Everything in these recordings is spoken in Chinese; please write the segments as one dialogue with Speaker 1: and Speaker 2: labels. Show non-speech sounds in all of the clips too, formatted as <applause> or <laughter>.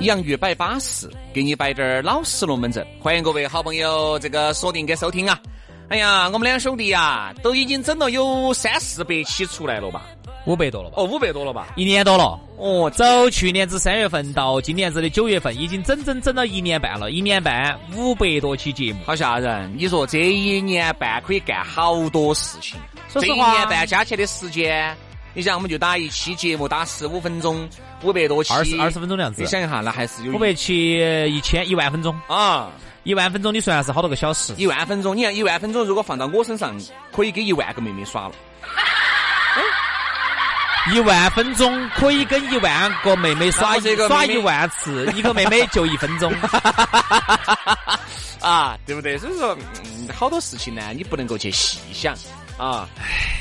Speaker 1: 洋芋摆巴适，给你摆点儿老实龙门阵。欢迎各位好朋友这个锁定跟收听啊！哎呀，我们两兄弟呀、都已经整了有三四百期出来了吧？
Speaker 2: 五百多了吧？
Speaker 1: 哦，五百多了吧？
Speaker 2: 一年多了。
Speaker 1: 哦，
Speaker 2: 走去年子三月份到今年子的九月份，已经整整整了一年半了，一年半五百多期节目。
Speaker 1: 好吓人！你说这一年半可以干好多事情，
Speaker 2: 说
Speaker 1: 这
Speaker 2: 实
Speaker 1: 一
Speaker 2: 话
Speaker 1: 年半加起来的时间，你想我们就打一期节目打十五分钟，五百多期，
Speaker 2: 20 20分钟的样子
Speaker 1: 你想一下，那还是有
Speaker 2: 五百期一千一万分钟，
Speaker 1: 啊，
Speaker 2: 一万分钟你算下是好多个小时？
Speaker 1: 一万分钟，你看一万分钟如果放到我身上，可以给一万个妹妹耍了。
Speaker 2: 一万分钟可以跟一万个妹妹耍
Speaker 1: 然后这
Speaker 2: 一
Speaker 1: 个
Speaker 2: 耍
Speaker 1: 妹妹
Speaker 2: 一万次，一个妹妹就一分钟。 <laughs>
Speaker 1: 啊，对不对？所以说，嗯好多事情呢，你不能够去细想啊。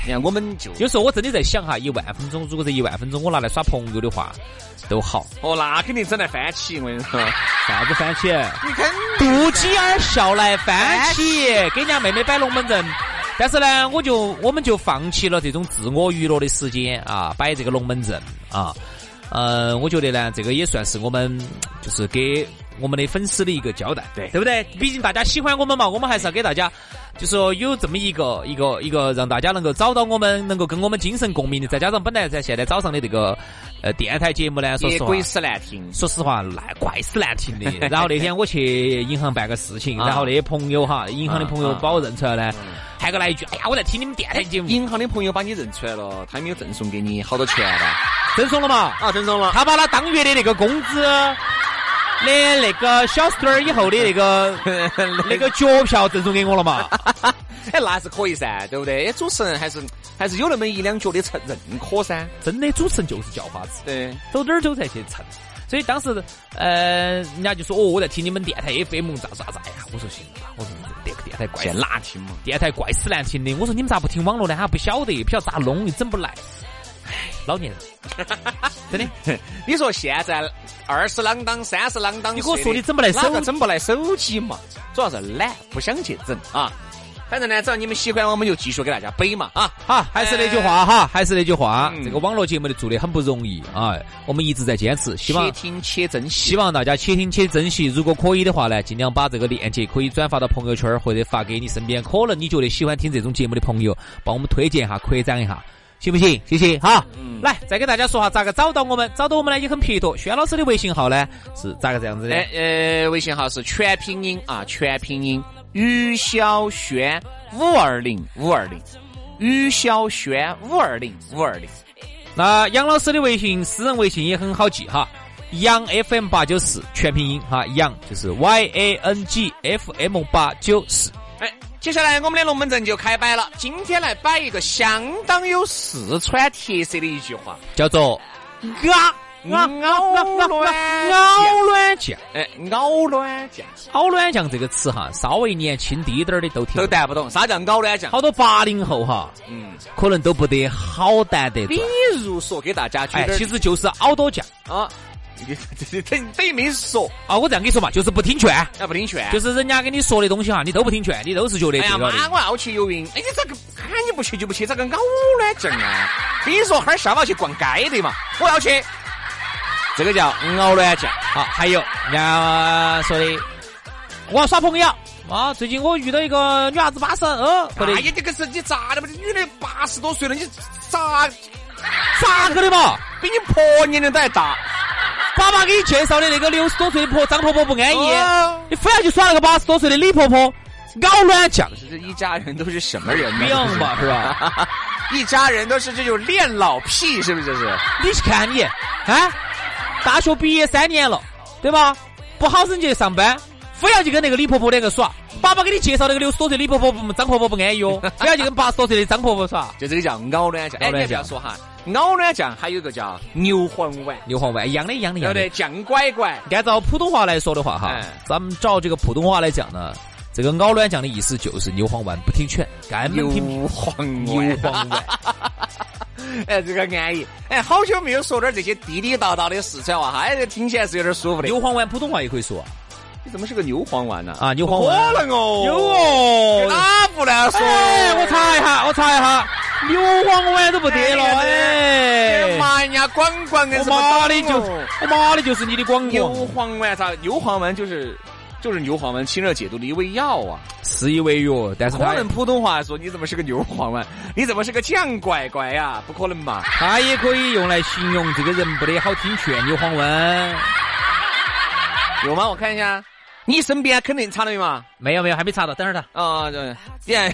Speaker 1: 你看，我们就
Speaker 2: 有时候我真的在想哈，一万分钟，如果这一万分钟我拿来耍朋友的话，都好。
Speaker 1: 哦，那肯定整来翻起，我跟你 <laughs> 说，
Speaker 2: 啥子番茄？
Speaker 1: 你看，
Speaker 2: 肚脐儿笑来翻起，给人家妹妹摆龙门阵。但是呢，我就我们就放弃了这种自我娱乐的时间啊，摆这个龙门阵啊。呃，我觉得呢，这个也算是我们就是给我们的粉丝的一个交代，
Speaker 1: 对
Speaker 2: 对不对？毕竟大家喜欢我们嘛，我们还是要给大家，就说有这么一个一个一个让大家能够找到我们，能够跟我们精神共鸣的。再加上本来在现在早上的这个呃电台节目呢，说啊
Speaker 1: 也
Speaker 2: 实话
Speaker 1: 鬼死难听。
Speaker 2: 说实话，那怪死难听的。 <laughs> 然后那天我去银行办个事情，
Speaker 1: 啊
Speaker 2: 然后那些朋友哈，银行的朋友
Speaker 1: 啊
Speaker 2: 把我认出来呢，还给我来一句：“哎呀，我在听你们电台节目，
Speaker 1: 银行的朋友把你认出来了，他有没有赠送给你好多钱吧？
Speaker 2: 赠送了嘛
Speaker 1: 啊， <laughs> 赠送？”了。
Speaker 2: 他把他当月的那个工资的那个小时段儿以后的那
Speaker 1: <laughs>
Speaker 2: 个那个脚票赠送给我了嘛？
Speaker 1: 哎，那还是可以噻，对不对？哎，主持人还是还是有那么一两脚的承认可噻。
Speaker 2: 真的，主持人就是叫花子，
Speaker 1: 对，
Speaker 2: 走哪儿都在去蹭。所以当时，呃，人家就说：“哦，我在听你们电台 FM 咋咋咋哎呀？”我说：“行了吧，我说这个电台怪
Speaker 1: 见
Speaker 2: 死
Speaker 1: 哪听嘛？
Speaker 2: 电台怪死难听的。我说你们咋不听网络呢？他不晓得，不晓得咋弄，又整不来。唉，老年人，真的，
Speaker 1: <laughs> 你说现在二十啷当、三十啷当，
Speaker 2: 你给我说你整不来手
Speaker 1: 哪个整不来手机嘛？主要是懒，不想去整啊。反正呢，只要你们喜欢，我们就继续给大家摆嘛啊。
Speaker 2: 好，还是那句话哈，还是那句话，
Speaker 1: 嗯
Speaker 2: 这个网络节目的做的很不容易啊，我们一直在坚持，希望
Speaker 1: 且。听且珍惜。
Speaker 2: 希望大家且听且珍惜，如果可以的话呢，尽量把这个链接可以转发到朋友圈儿，或者发给你身边可能你觉得喜欢听这种节目的朋友，帮我们推荐一下、扩展一下，行不行？谢谢哈。
Speaker 1: 嗯
Speaker 2: 来，再给大家说下咋个找到我们，找到我们呢也很撇脱。轩老师的微信号呢是咋个这样子的？
Speaker 1: 哎呃，微信号是全拼音啊，全拼音于小轩五二零五二零，于小轩五二零五二零。
Speaker 2: 那杨老师的微信私人微信也很好记哈，杨 FM 八九四全拼音哈，杨就是 Y A N G F M 八九四。
Speaker 1: 哎，接下来我们的龙门阵就开摆了。今天来摆一个相当有四川特色的一句话。
Speaker 2: 叫做
Speaker 1: 啊
Speaker 2: 啊
Speaker 1: 熬卵
Speaker 2: 熬卵酱，
Speaker 1: 哎，熬卵酱
Speaker 2: 熬卵酱这个词哈，稍微年轻低点儿的都听
Speaker 1: 都
Speaker 2: 得懂，
Speaker 1: 带不懂，啥叫熬卵酱？
Speaker 2: 好多八零后哈，
Speaker 1: 嗯，
Speaker 2: 可能都不得好担得
Speaker 1: 比
Speaker 2: 住。
Speaker 1: 如说给大家举
Speaker 2: 哎，
Speaker 1: 点
Speaker 2: 其实就是熬多酱
Speaker 1: 啊，这等等于没说，
Speaker 2: 啊！我这样跟你说嘛，就是不听劝，
Speaker 1: 那不听劝。
Speaker 2: 就是人家跟你说的东西哈，你都不听劝，你都是觉得
Speaker 1: 哎
Speaker 2: 对
Speaker 1: 呀
Speaker 2: 了
Speaker 1: 妈，
Speaker 2: 的。
Speaker 1: 我傲气游云，哎，你咋个喊你不去就不去，咋个熬卵酱啊？跟你说，哈儿下午要去逛街的嘛，我要去。这个叫熬卵酱，
Speaker 2: 好，还有人家说的，我要耍朋友啊！最近我遇到一个女娃子巴适，嗯，或者
Speaker 1: 哎呀，这个是你咋的嘛？这女的八十多岁了，你咋
Speaker 2: 耍个的嘛，
Speaker 1: 比你婆年龄都还大？
Speaker 3: 爸爸给你介绍的那个六十多岁的婆张婆婆不安逸
Speaker 1: 哦，
Speaker 3: 你非要去耍那个八十多岁的李婆婆，咬卵酱，
Speaker 1: 这一家人都是什么人呢？
Speaker 3: 病吧是吧？
Speaker 1: <laughs> 一家人都是这种恋老癖，是不是？这是
Speaker 3: 你去看你，啊，大学毕业三年了，对吧？不好生去上班，非要去跟那个李婆婆两个耍。爸爸给你介绍那个六十多岁的李婆婆不张婆婆不安逸哦，非要去跟八十多岁的张婆婆耍。
Speaker 1: 就这个叫熬卵酱。哎，你
Speaker 3: 熬卵
Speaker 1: 不要
Speaker 3: 酱
Speaker 1: 说哈，熬卵酱还有一个叫牛黄丸，
Speaker 3: 牛黄丸一样的，一样的，一
Speaker 1: 对不
Speaker 3: 样
Speaker 1: 对？。
Speaker 3: 的
Speaker 1: 酱拐拐，
Speaker 3: 按照普通话来说的话，哈
Speaker 1: 哎，
Speaker 3: 咱们照这个普通话来讲呢，这个熬卵酱的意思就是牛黄丸不听劝，根本听
Speaker 1: 牛黄
Speaker 3: 牛
Speaker 1: 丸。
Speaker 3: 黄丸。
Speaker 1: 哎，这个安逸。哎，好久没有说点这些地地道道的四川话哈，哎，这听起来是有点舒服的。
Speaker 3: 牛黄丸普通话也可以说
Speaker 1: 你怎么是个牛黄丸呢？
Speaker 3: 啊，牛黄丸。
Speaker 1: 可能哦，
Speaker 3: 有哦，
Speaker 1: 哪不难说？
Speaker 3: 哎，我查一下，我查一下，牛黄丸都不得了，哎，
Speaker 1: 妈呀，光光跟
Speaker 3: 我
Speaker 1: 什么
Speaker 3: 妈的就我妈的就是你的广
Speaker 1: 牛
Speaker 3: 告，
Speaker 1: 黄丸啥？牛黄丸就是就是牛黄丸清热解毒的一味药啊。
Speaker 3: 是一味药，但是
Speaker 1: 可
Speaker 3: 它
Speaker 1: 能普通话说你怎么是个牛黄丸？你怎么是个酱乖乖呀？不可能嘛！
Speaker 3: 它也可以用来形容这个人不得好听劝，牛黄丸。
Speaker 1: 有吗？我看一下，你身边肯定查到没嘛？
Speaker 3: 没有没有，还没查到，等会儿他。
Speaker 1: 啊，对，你看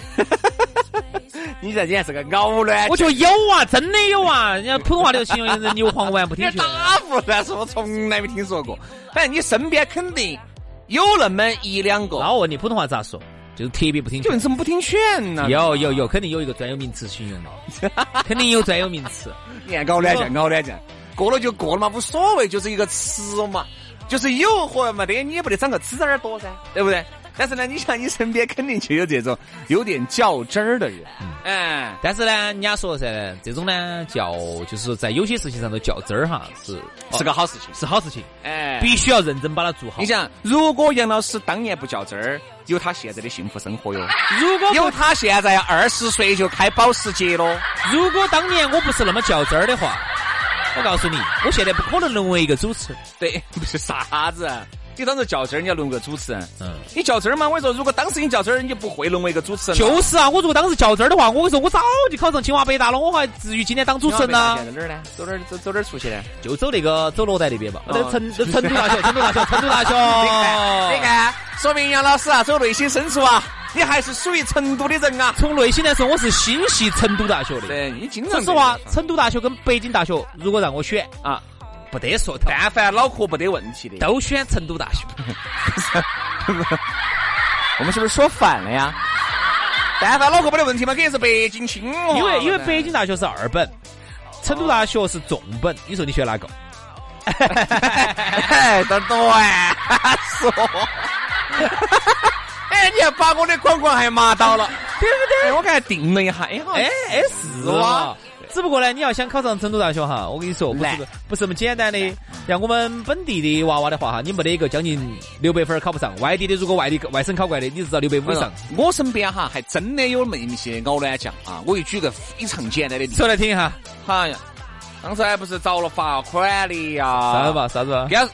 Speaker 1: <laughs> 你这你还是个熬卵
Speaker 3: 我觉得有啊，真的有 <laughs> 啊，人家普通话里头形容人牛黄丸不听
Speaker 1: <laughs> 你
Speaker 3: 劝。
Speaker 1: 打不乱说，我从来没听说过。反正你身边肯定有那么一两个，
Speaker 3: 那我问你普通话咋说？就是特别不听
Speaker 1: 就
Speaker 3: 劝。
Speaker 1: 你怎么不听劝呢？
Speaker 3: 有有有，肯定有一个专有名 <laughs> 词形容的，肯定有专有名词。
Speaker 1: 你看搞两件，搞两件，过了就过了嘛，无所谓，就是一个词嘛，就是有和没得，你也不得长个指耳朵噻，对不对？但是呢，你像你身边肯定就有这种有点较真儿的人，哎、
Speaker 3: 但是呢，人家说噻，这种呢较就是说在有些事情上头较真儿哈，是哦
Speaker 1: 是个好事情，
Speaker 3: 是好事情，
Speaker 1: 哎，
Speaker 3: 必须要认真把它做好
Speaker 1: 你。想，如果杨老师当年不较真儿，有他现在的幸福生活哟。
Speaker 3: 如果
Speaker 1: 有他现在二十岁就开保时捷了，
Speaker 3: 如果当年我不是那么较真儿的 <laughs> 话，我告诉你，我现在不可能沦为一个主持人。
Speaker 1: 对， <laughs> 不是啥子，啊你当时较真儿，你要沦为个主持人。
Speaker 3: 嗯，
Speaker 1: 你较真儿吗？我跟你说，如果当时你较真儿，你就不会沦为一个主持人了。
Speaker 3: 就是啊，我如果当时较真儿的话，我跟你说，我早就考上清华北大了，我还至于今天当主持人呢
Speaker 1: 现？在哪儿呢？走哪儿？走走哪儿出去呢？
Speaker 3: 就走那个走罗带那边吧，
Speaker 1: 哦
Speaker 3: 那成成都大
Speaker 1: <laughs>
Speaker 3: 学，成都大学，成都大学。
Speaker 1: 你看，你看，说明杨老师啊，走内心深处啊，你还是属于成都的人啊。
Speaker 3: 从内心来说，我是心系成都大学的。
Speaker 1: 对，你经常
Speaker 3: 说实话，成都大学跟北京大学，如果让我选，
Speaker 1: 啊，
Speaker 3: 不得说头。
Speaker 1: 但凡脑壳不得问题的，
Speaker 3: 都选成都大学。
Speaker 1: 我们是不是说反了呀？但凡脑壳不得问题嘛，肯定是北京清华。
Speaker 3: 因为因为北京大学是二本，成都大学是重本，你说你选哪个？
Speaker 1: 哎， <laughs> 都对，说。哎，你还把我的广告还麻到了，对不对？哎，我刚才定了一下，哎，好
Speaker 3: 哎哎是
Speaker 1: 哇
Speaker 3: 哇！只不过呢，你要想考上成都大学哈，我跟你说，不是
Speaker 1: 难
Speaker 3: 个不是那么简单的。像我们本地的娃娃的话哈，你没得一个将近六百分儿考不上。外地的如果外地外省考过来的，你至少六百五以上。
Speaker 1: 我身边哈，还真的有那么一些熬卵酱啊！我又举个非常简单的例子，
Speaker 3: 说来听一下，
Speaker 1: 好呀，当时还不是遭了罚款的呀？
Speaker 3: 啥子吧？啥子吧？
Speaker 1: 跟他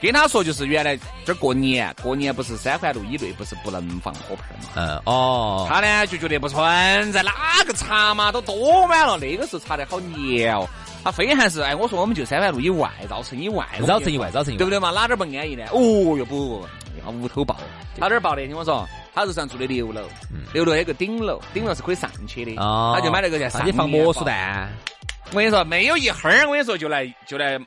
Speaker 1: 跟他说，就是原来这儿过年，过年不是三环路以内不是不能放火炮嘛？
Speaker 3: 嗯哦，
Speaker 1: 他呢就觉得不存在，哪个查嘛都多晚了，那个时候查得好严哦。他非还是哎，我说我们就三环路以外，绕城以外，
Speaker 3: 绕城以外，绕城以外，
Speaker 1: 对不对嘛？哪点儿不安逸呢？哦哟不，要屋头报，哪点儿报的？听我说，他楼上住的六楼，六楼有个顶楼，顶楼是可以上去的，
Speaker 3: 嗯哦，
Speaker 1: 他就买了个叫上
Speaker 3: 你放
Speaker 1: 面
Speaker 3: 魔术
Speaker 1: 包
Speaker 3: 弹，
Speaker 1: 我跟你说，没有一会儿，我跟你说就来就来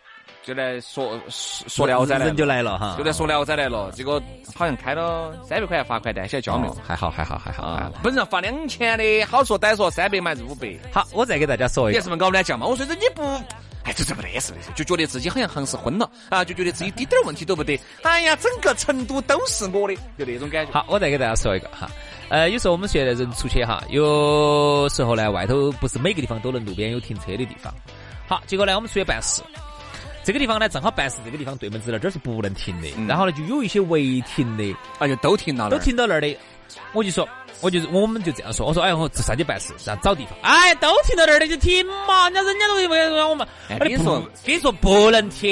Speaker 1: 就来说说说聊斋来
Speaker 3: 人就
Speaker 1: 了，
Speaker 3: 来了哈，
Speaker 1: 就来说聊斋来了。结果好像开了三百块罚啊款单，现在交没有
Speaker 3: 哦？还好还好还好。还
Speaker 1: 啊
Speaker 3: 好，
Speaker 1: 本人罚两千的，好说歹说三百嘛还是五百？
Speaker 3: 好，我再给大家说
Speaker 1: 你
Speaker 3: 一个
Speaker 1: 还。是么搞不来讲嘛？我说这你不，哎，这这没得事的，就觉得自己好像行是昏了啊，就觉得自己滴点儿问题都不得。哎呀，整个成都都是我的，就那种感觉。
Speaker 3: 好，我再给大家说一个哈，呃，有时候我们现在人出去哈，有时候呢外头不是每个地方都能路边有停车的地方。好，结果呢我们出去办事，这个地方呢正好办事，这个地方对门子那儿这儿是不能停的，
Speaker 1: 嗯
Speaker 3: 然后呢就有一些违停的，
Speaker 1: 啊，就都停到
Speaker 3: 都停到那儿的，我就说。我就我们就这样说，我说哎，我这上去办事，这样找地方，哎，都停到那儿的就停嘛，人家人家都不让我们，
Speaker 1: 哎
Speaker 3: 我
Speaker 1: 跟你
Speaker 3: 不
Speaker 1: 说
Speaker 3: 跟你说不能停，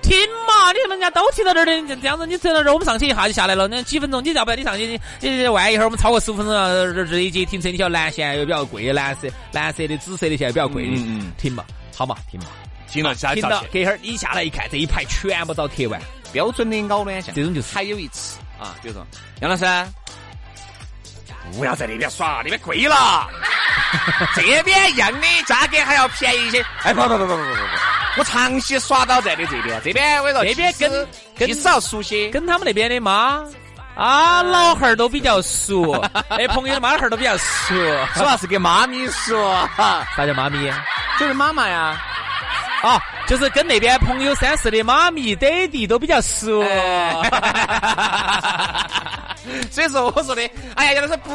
Speaker 3: 停嘛，你人家都停到那儿的，你这这样子你停到这儿，我们上去一下就下来了，那几分钟，你要不要你上去，你你你万一一会儿我们超过十五分钟，这这这一节停车，你晓得蓝线又比较贵，蓝色蓝色的紫色的线又比较贵，
Speaker 1: 嗯嗯嗯
Speaker 3: 停嘛，好嘛，停嘛，
Speaker 2: 停
Speaker 1: 啊
Speaker 2: 了，下
Speaker 3: 停
Speaker 2: 下
Speaker 3: 到
Speaker 2: 去。
Speaker 3: 隔一会儿一下来一看，这一排全部遭铁腕，
Speaker 1: 标准的咬卵像。
Speaker 3: 这种就是
Speaker 1: 还有一次啊，比如说杨老师，不要在那边耍，那边啊贵了，这边一样的价格还要便宜一些。哎，不不不不不不不，我长期耍到在的这边，这边我跟你说
Speaker 3: 这边
Speaker 1: 其实
Speaker 3: 跟跟
Speaker 1: 其实要熟悉。
Speaker 3: 跟他们那边的妈啊老汉儿都比较熟，哎朋友的妈汉儿都比较熟。
Speaker 1: 主要是给妈咪说，
Speaker 3: 啥叫妈咪？
Speaker 1: 就是妈妈呀。
Speaker 3: 啊，就是跟那边朋友三四的妈咪、爹地都比较熟。
Speaker 1: 哎 <laughs> 所以说我说的，哎呀，杨老师不，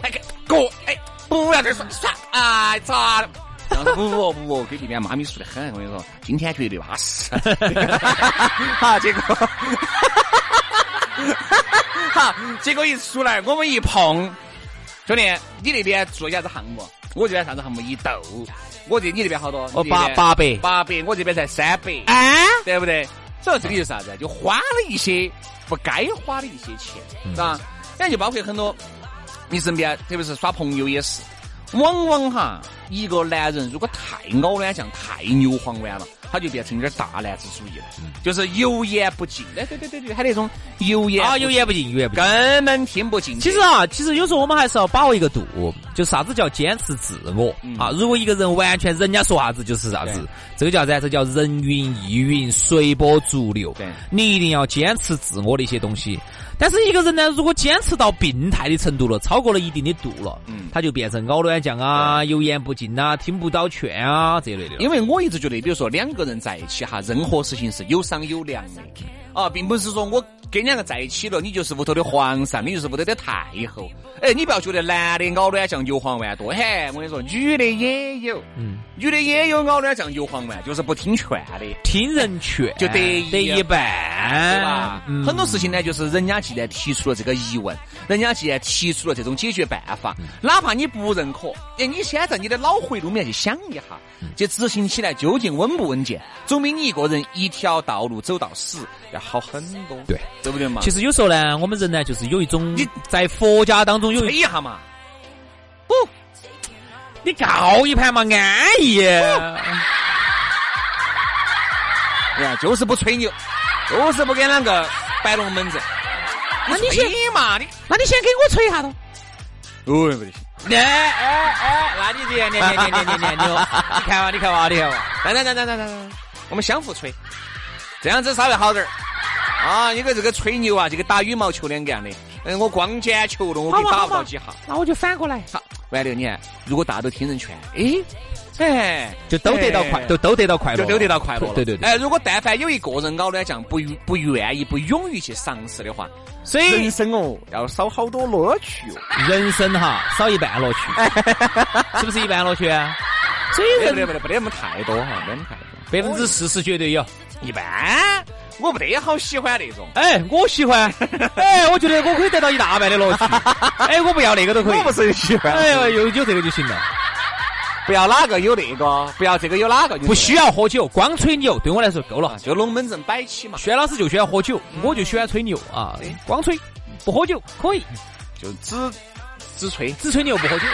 Speaker 1: 那个哥，哎，不要再耍耍啊，咋了？然后不哦不哦，给里面妈咪说的很，我跟你说，今天绝对巴适。 <laughs> 好，结果，好，结果一出来，我们一碰，兄弟，你那边做啥子项目？我这边啥子项目一斗，我这你那边好多？
Speaker 3: 我
Speaker 1: 你那
Speaker 3: 哦八
Speaker 1: 边八
Speaker 3: 八百。
Speaker 1: 百，我这边才三百。
Speaker 3: 啊？
Speaker 1: 对不对？主要这个就是啥子？就花了一些不该花的一些钱，
Speaker 3: 嗯
Speaker 1: 是吧？那就包括很多，你身边特别是耍朋友也是，往往哈，一个男人如果太咬卵像、太牛黄丸了，他就变成有点大男子主义了，
Speaker 3: 嗯
Speaker 1: 就是油盐不进。哎，对对对对，他那种油盐
Speaker 3: 啊，
Speaker 1: 不
Speaker 3: 油盐不进，油盐不进。
Speaker 1: 根本听不进去。
Speaker 3: 其实啊，其实有时候我们还是要把握一个度，就啥子叫坚持自我、
Speaker 1: 嗯
Speaker 3: 啊。如果一个人完全人家说啥子就是啥子
Speaker 1: 对，
Speaker 3: 这个叫啥子？这叫人云亦云，随波逐流。
Speaker 1: 对
Speaker 3: 你一定要坚持自我的一些东西。但是一个人呢，如果坚持到病态的程度了，超过了一定的度了，
Speaker 1: 嗯
Speaker 3: 他就变成咬卵酱啊、油盐不进啊、听不到劝啊这类的了。
Speaker 1: 因为我一直觉得，比如说两个人在一起哈，任何事情是有商有量的啊，并不是说我跟两个在一起了，你就是屋头的皇上，你就是屋头的太后。哎，你不要觉得男的咬卵像牛黄丸多，嘿，我跟你说，女的也有，
Speaker 3: 嗯，
Speaker 1: 女的也有咬卵像牛黄丸，就是不听劝的。
Speaker 3: 听人劝
Speaker 1: 就得一
Speaker 3: 得一半，
Speaker 1: 对吧？
Speaker 3: 嗯
Speaker 1: 很多事情呢，就是人家既然提出了这个疑问，人家既然提出了这种解决办法，哪怕你不认可，哎，你先在你的脑回路里面去想一下，
Speaker 3: 嗯
Speaker 1: 去执行起来究竟稳不稳健，总比你一个人一条道路走到死要好很多，
Speaker 3: 对
Speaker 1: 对不对嘛？
Speaker 3: 其实有时候呢，我们人呢，就是有一种
Speaker 1: 你
Speaker 3: 在佛家当中有
Speaker 1: 吹
Speaker 3: 一
Speaker 1: 一下嘛，
Speaker 3: 你告一盘嘛，安逸。
Speaker 1: <laughs> 哎呀，就是不吹牛，就是不跟啷个摆龙门阵，
Speaker 3: 那你先，
Speaker 1: 吹嘛，你
Speaker 3: 那你先给我吹一下喽。
Speaker 1: 哦，不得行。
Speaker 3: 哎哎哎，那你这样，你你你你你你，
Speaker 1: <laughs>
Speaker 3: 你看嘛，你看嘛，你看嘛。
Speaker 1: 来来来来来来来，我们相互吹，这样子稍微好点儿。啊，你跟这个吹牛啊，就跟打羽毛球两个样的。嗯，我光捡球了，我给打不到几下。
Speaker 3: 那我就反过来，
Speaker 1: 好，完了，你看，如果大家都听人劝，哎，哎，
Speaker 3: 就都得到快，
Speaker 1: 哎
Speaker 3: 就都得到快乐，
Speaker 1: 就都得到快乐了。
Speaker 3: 对对对。
Speaker 1: 哎，如果但凡有一个人搞乱讲，不不愿意、不勇于去尝试的话，
Speaker 3: 所
Speaker 1: 人
Speaker 3: 以
Speaker 1: 生哦要少好多乐趣哦。
Speaker 3: 人生哈少一
Speaker 1: <laughs>
Speaker 3: 半乐趣，是不是一半乐趣啊？
Speaker 1: 哎
Speaker 3: 所以
Speaker 1: 没得没
Speaker 3: 人
Speaker 1: 得没得没得那么太多哈，没得那么太多。
Speaker 3: 百分之四十绝对有。
Speaker 1: 一般，我不得好喜欢那种。
Speaker 3: 哎，我
Speaker 1: <laughs>
Speaker 3: 喜欢。哎，我觉得我可以得到一大半的乐趣。哎，我不要那个都可
Speaker 1: <laughs>
Speaker 3: 以。
Speaker 1: 我不是很喜欢。
Speaker 3: 哎呦，有有这个就行了。
Speaker 1: 不要哪个有那个，不要这个有哪个，
Speaker 3: <laughs> 不需要喝酒，光吹牛对我来说够了。
Speaker 1: 就龙门阵摆起嘛，
Speaker 3: 轩老师就喜欢喝酒，我就喜欢吹牛啊
Speaker 1: 对，
Speaker 3: 光吹不喝酒可以，
Speaker 1: 就只只吹。
Speaker 3: 只吹牛不喝酒，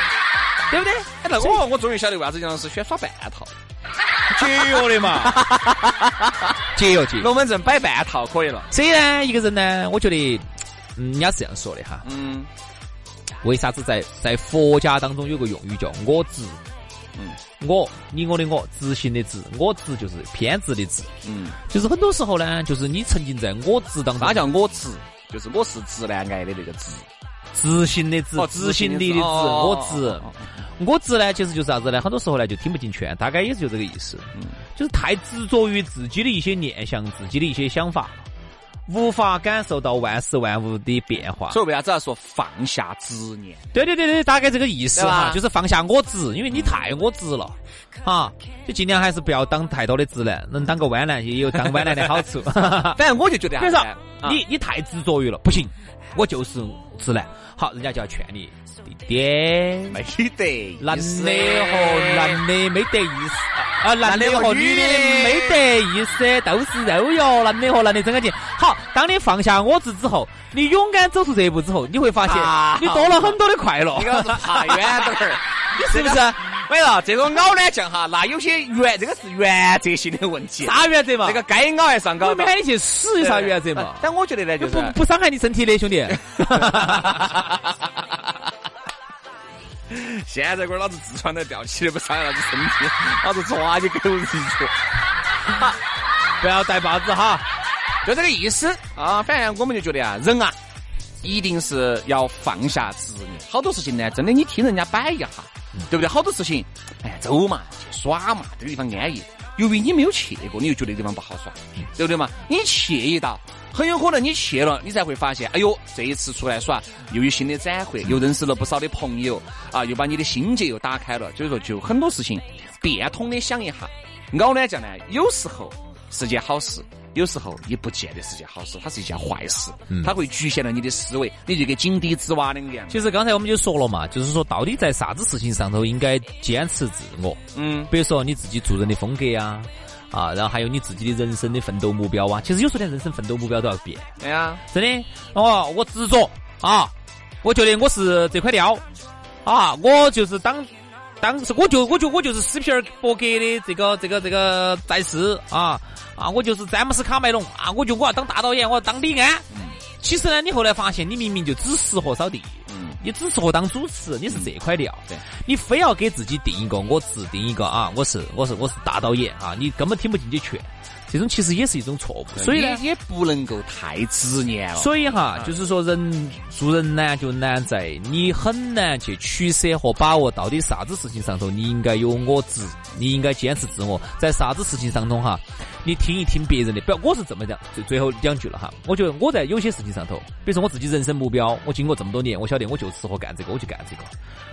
Speaker 3: 对不对？
Speaker 1: 哎，那我我终于晓得为啥子杨老师喜欢耍半套，
Speaker 3: 节约的嘛，节约节约。
Speaker 1: 龙门阵摆半套可以了。
Speaker 3: 所以呢，一个人呢，我觉得，嗯，人家是这样说的哈。
Speaker 1: 嗯，
Speaker 3: 为啥子在在佛家当中有个用语叫“我执”？
Speaker 1: 嗯
Speaker 3: 我你我的我，执行的执，我执就是偏执的执，
Speaker 1: 嗯，
Speaker 3: 就是很多时候呢，就是你沉浸在我执当中，
Speaker 1: 啥叫我直？就是我是直男癌的那个哦直，
Speaker 3: 执行的执，哦执哦行力的执，我执。
Speaker 1: 哦
Speaker 3: 我执呢，其实就是啥子呢？很多时候呢，就听不进劝，大概也是就这个意思。
Speaker 1: 嗯
Speaker 3: 就是太执着于自己的一些念想、自己的一些想法了，无法感受到万事万物的变化。
Speaker 1: 哦所以为啥子要说放下执念？
Speaker 3: 对对对对，大概这个意思哈
Speaker 1: 对，吧嗯
Speaker 3: 就是放下我执，因为你太我执了啊，就尽量还是不要当太多的直男，能当个弯男也有当弯男的好处。 <laughs>
Speaker 1: 反正我就觉得啥啊
Speaker 3: 比如
Speaker 1: 子呢，
Speaker 3: 说，啊你你太执着于了，不行，我就是直男。好，人家就要劝你，弟弟，
Speaker 1: 没得意思
Speaker 3: 男的和男的没哦得意思啊，男的和女的没得意思，都是肉哟。男的和男的真干净。好，当你放下我执之后，你勇敢走出这一步之后，你会发现
Speaker 1: 啊
Speaker 3: 你多了很多的快乐 <laughs>
Speaker 1: 你，给老子爬远点儿，
Speaker 3: 是不是？
Speaker 1: 我跟你说，这个咬呢酱哈，那有些原这个是原则性的问题，
Speaker 3: 啥原则嘛？
Speaker 1: <laughs> 这个该咬还是要
Speaker 3: 我
Speaker 1: 咬到。
Speaker 3: 没喊你去死有啥原则
Speaker 1: 呃
Speaker 3: 啊嘛？
Speaker 1: <laughs> 但我觉得呢，就是
Speaker 3: 不不伤害你身体的兄弟，
Speaker 1: <laughs> 现在龟儿老子痔疮都吊起来，不伤害老子身体，老子抓就给我一戳。
Speaker 3: <laughs> 不要带把子哈。
Speaker 1: 就这个意思啊。反正我们就觉得啊，人啊，一定是要放下执念。好多事情呢，真的你听人家摆一下，对不对？好多事情，哎，走嘛，去耍嘛，这个地方安逸。由于你没有去过，你就觉得这地方不好耍，对不对嘛？你去一道。很有可能你去了，你才会发现，哎呦，这一次出来耍，又有新的斩获，又认识了不少的朋友，啊，又把你的心结又打开了。所以说，就很多事情变通的想一下，熬呢酱呢，有时候是件好事，有时候也不见得是件好事，它是一件坏事，
Speaker 3: 嗯
Speaker 1: 它会局限了你的思维，你就跟井底之蛙两个样。
Speaker 3: 其实刚才我们就说了嘛，就是说到底在啥子事情上头应该坚持自我，
Speaker 1: 嗯，
Speaker 3: 比如说你自己做人的风格呀、啊，然后还有你自己的人生的奋斗目标啊。其实有时候连人生奋斗目标都要变，
Speaker 1: 对呀、
Speaker 3: 真的。哦，我执着啊，我觉得我是这块料啊，我就是当当时我就我就我就是斯皮尔伯格的这个这个这个在世啊啊，我就是詹姆斯卡梅隆啊，我就我要当大导演，我要当李安。其实呢，你后来发现你明明就只适合扫地。
Speaker 1: 嗯，
Speaker 3: 你只适合当主持，你是这块料。
Speaker 1: 对，
Speaker 3: 你非要给自己定一个，我自定一个啊，我是我是我是大导演啊，你根本听不进去劝，这种其实也是一种错误。所以呢
Speaker 1: 也，也不能够太执念了。
Speaker 3: 所以哈，就是说人做人呢，就难在你很难去取舍和把握，到底啥子事情上头你应该有我自，你应该坚持自我，在啥子事情上头哈，你听一听别人的。不要，我是这么讲，最最后两句了哈。我觉得我在有些事情上头，比如说我自己人生目标，我经过这么多年，我晓得我就适合干这个，我就干这个，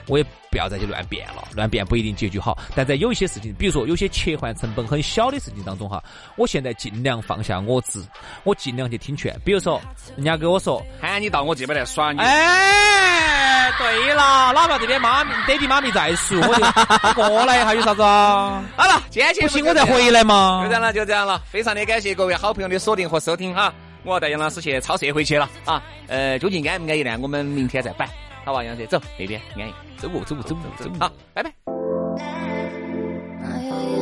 Speaker 3: 我也不要再去乱变了，乱变不一定结局好。但在有一些事情，比如说有些切换成本很小的事情当中哈，我现在尽量放下我自，我尽量去听劝。比如说，人家给我说，
Speaker 1: 喊你到我这边来耍，你、
Speaker 3: 哎，对了，哪怕这边妈咪、爹地、妈咪在熟，我 <laughs> 就我过来还有啥子啊？
Speaker 1: 好了，今天节
Speaker 3: 不
Speaker 1: 目
Speaker 3: 行，
Speaker 1: 就
Speaker 3: 我
Speaker 1: 这
Speaker 3: 再
Speaker 1: 样
Speaker 3: 回来嘛。
Speaker 1: 就这样了，就这样了。非常的感谢各位好朋友的锁定和收听哈。我要带杨老师去抄社会去了啊。呃，究竟安不安逸呢？我们明天再摆，好吧？杨老师，走那边安逸，
Speaker 3: 走我，走我，走我，走我
Speaker 1: 好，拜拜。
Speaker 4: Oh,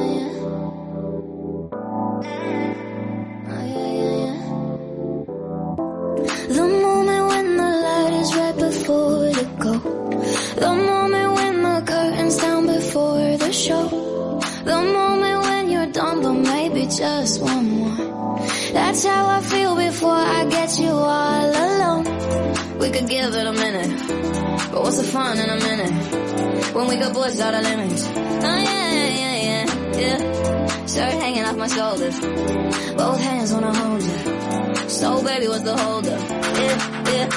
Speaker 4: The moment when the light is right before the go. The moment when the curtain's down before the show. The moment when you're done, but maybe just one more. That's how I feel before I get you all alone. We could give it a minute, but what's the fun in a minute? When we got boys out of limits. Oh yeah, yeah, yeah, yeah. Shirt hanging off my shoulders, both hands on a holder. So baby, what's the hold up? Yeah, yeah.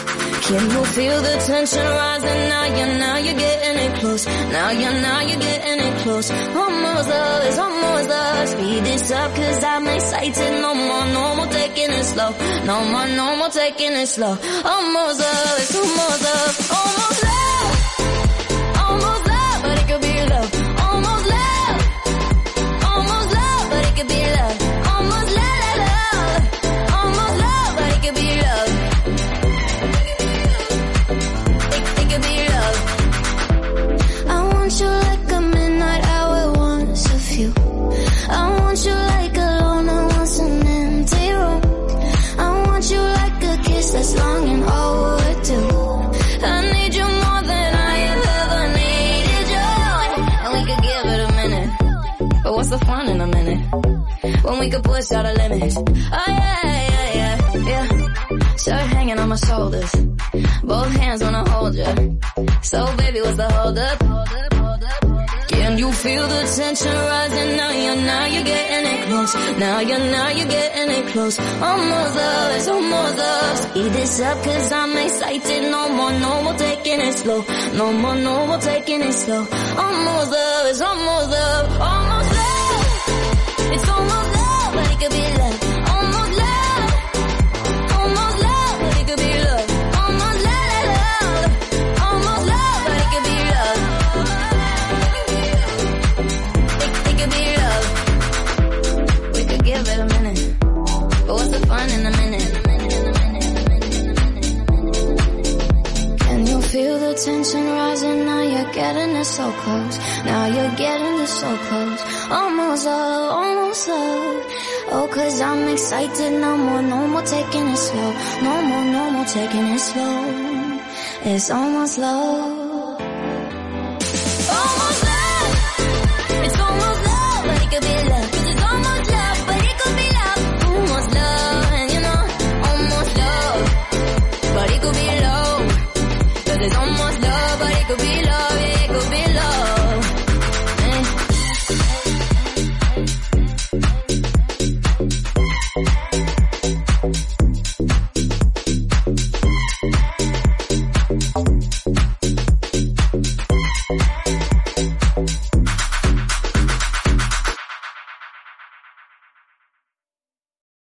Speaker 4: Can you feel the tension rising? Now you're, now you're getting it close. Now you're, now you're getting it close. Almost us, almost us. Speed this up cause I'm excited. No more, no more taking it slow. No more, no more taking it slow. Almost us, almost us. Almost love. Almost love, but it could be love. Almost love. Almost love, but it could be love. Almost love, love, love. Almost love, but it could be love. It, it could be love. I want you like a midnight hour, once of you. I want you like a loner, once an empty room. I want you like a kiss that's long and overdue. I need you more than I have ever needed you, and we could give it a minute. But what's the fun in a minute? When we could push all the limits. Oh yeah, yeah, yeah, yeah. Shirt hanging on my shoulders. Both hands wanna hold you. So baby, what's the hold up? Can you feel the tension rising? Now you're, now you're getting it close. Now you're, now you're getting it close. Almost love, it's almost love. Speed this up cause I'm excited. No more, no more taking it slow. No more, no more taking it slow. Almost love, it's almost love. Almost love. It's almost love, but it could be love. Almost love. Almost love, but it could be love. Almost love, love, love. Almost love, but it could be love. It, it could be love. We could give it a minute. But what's the fun in a minute? Can you feel the tension rising? Now you're getting it so close. Now you're getting us so close. Almost love, almost love. Oh, cause I'm excited. No more, no more taking it slow. No more, no more taking it slow. It's almost love. Eh?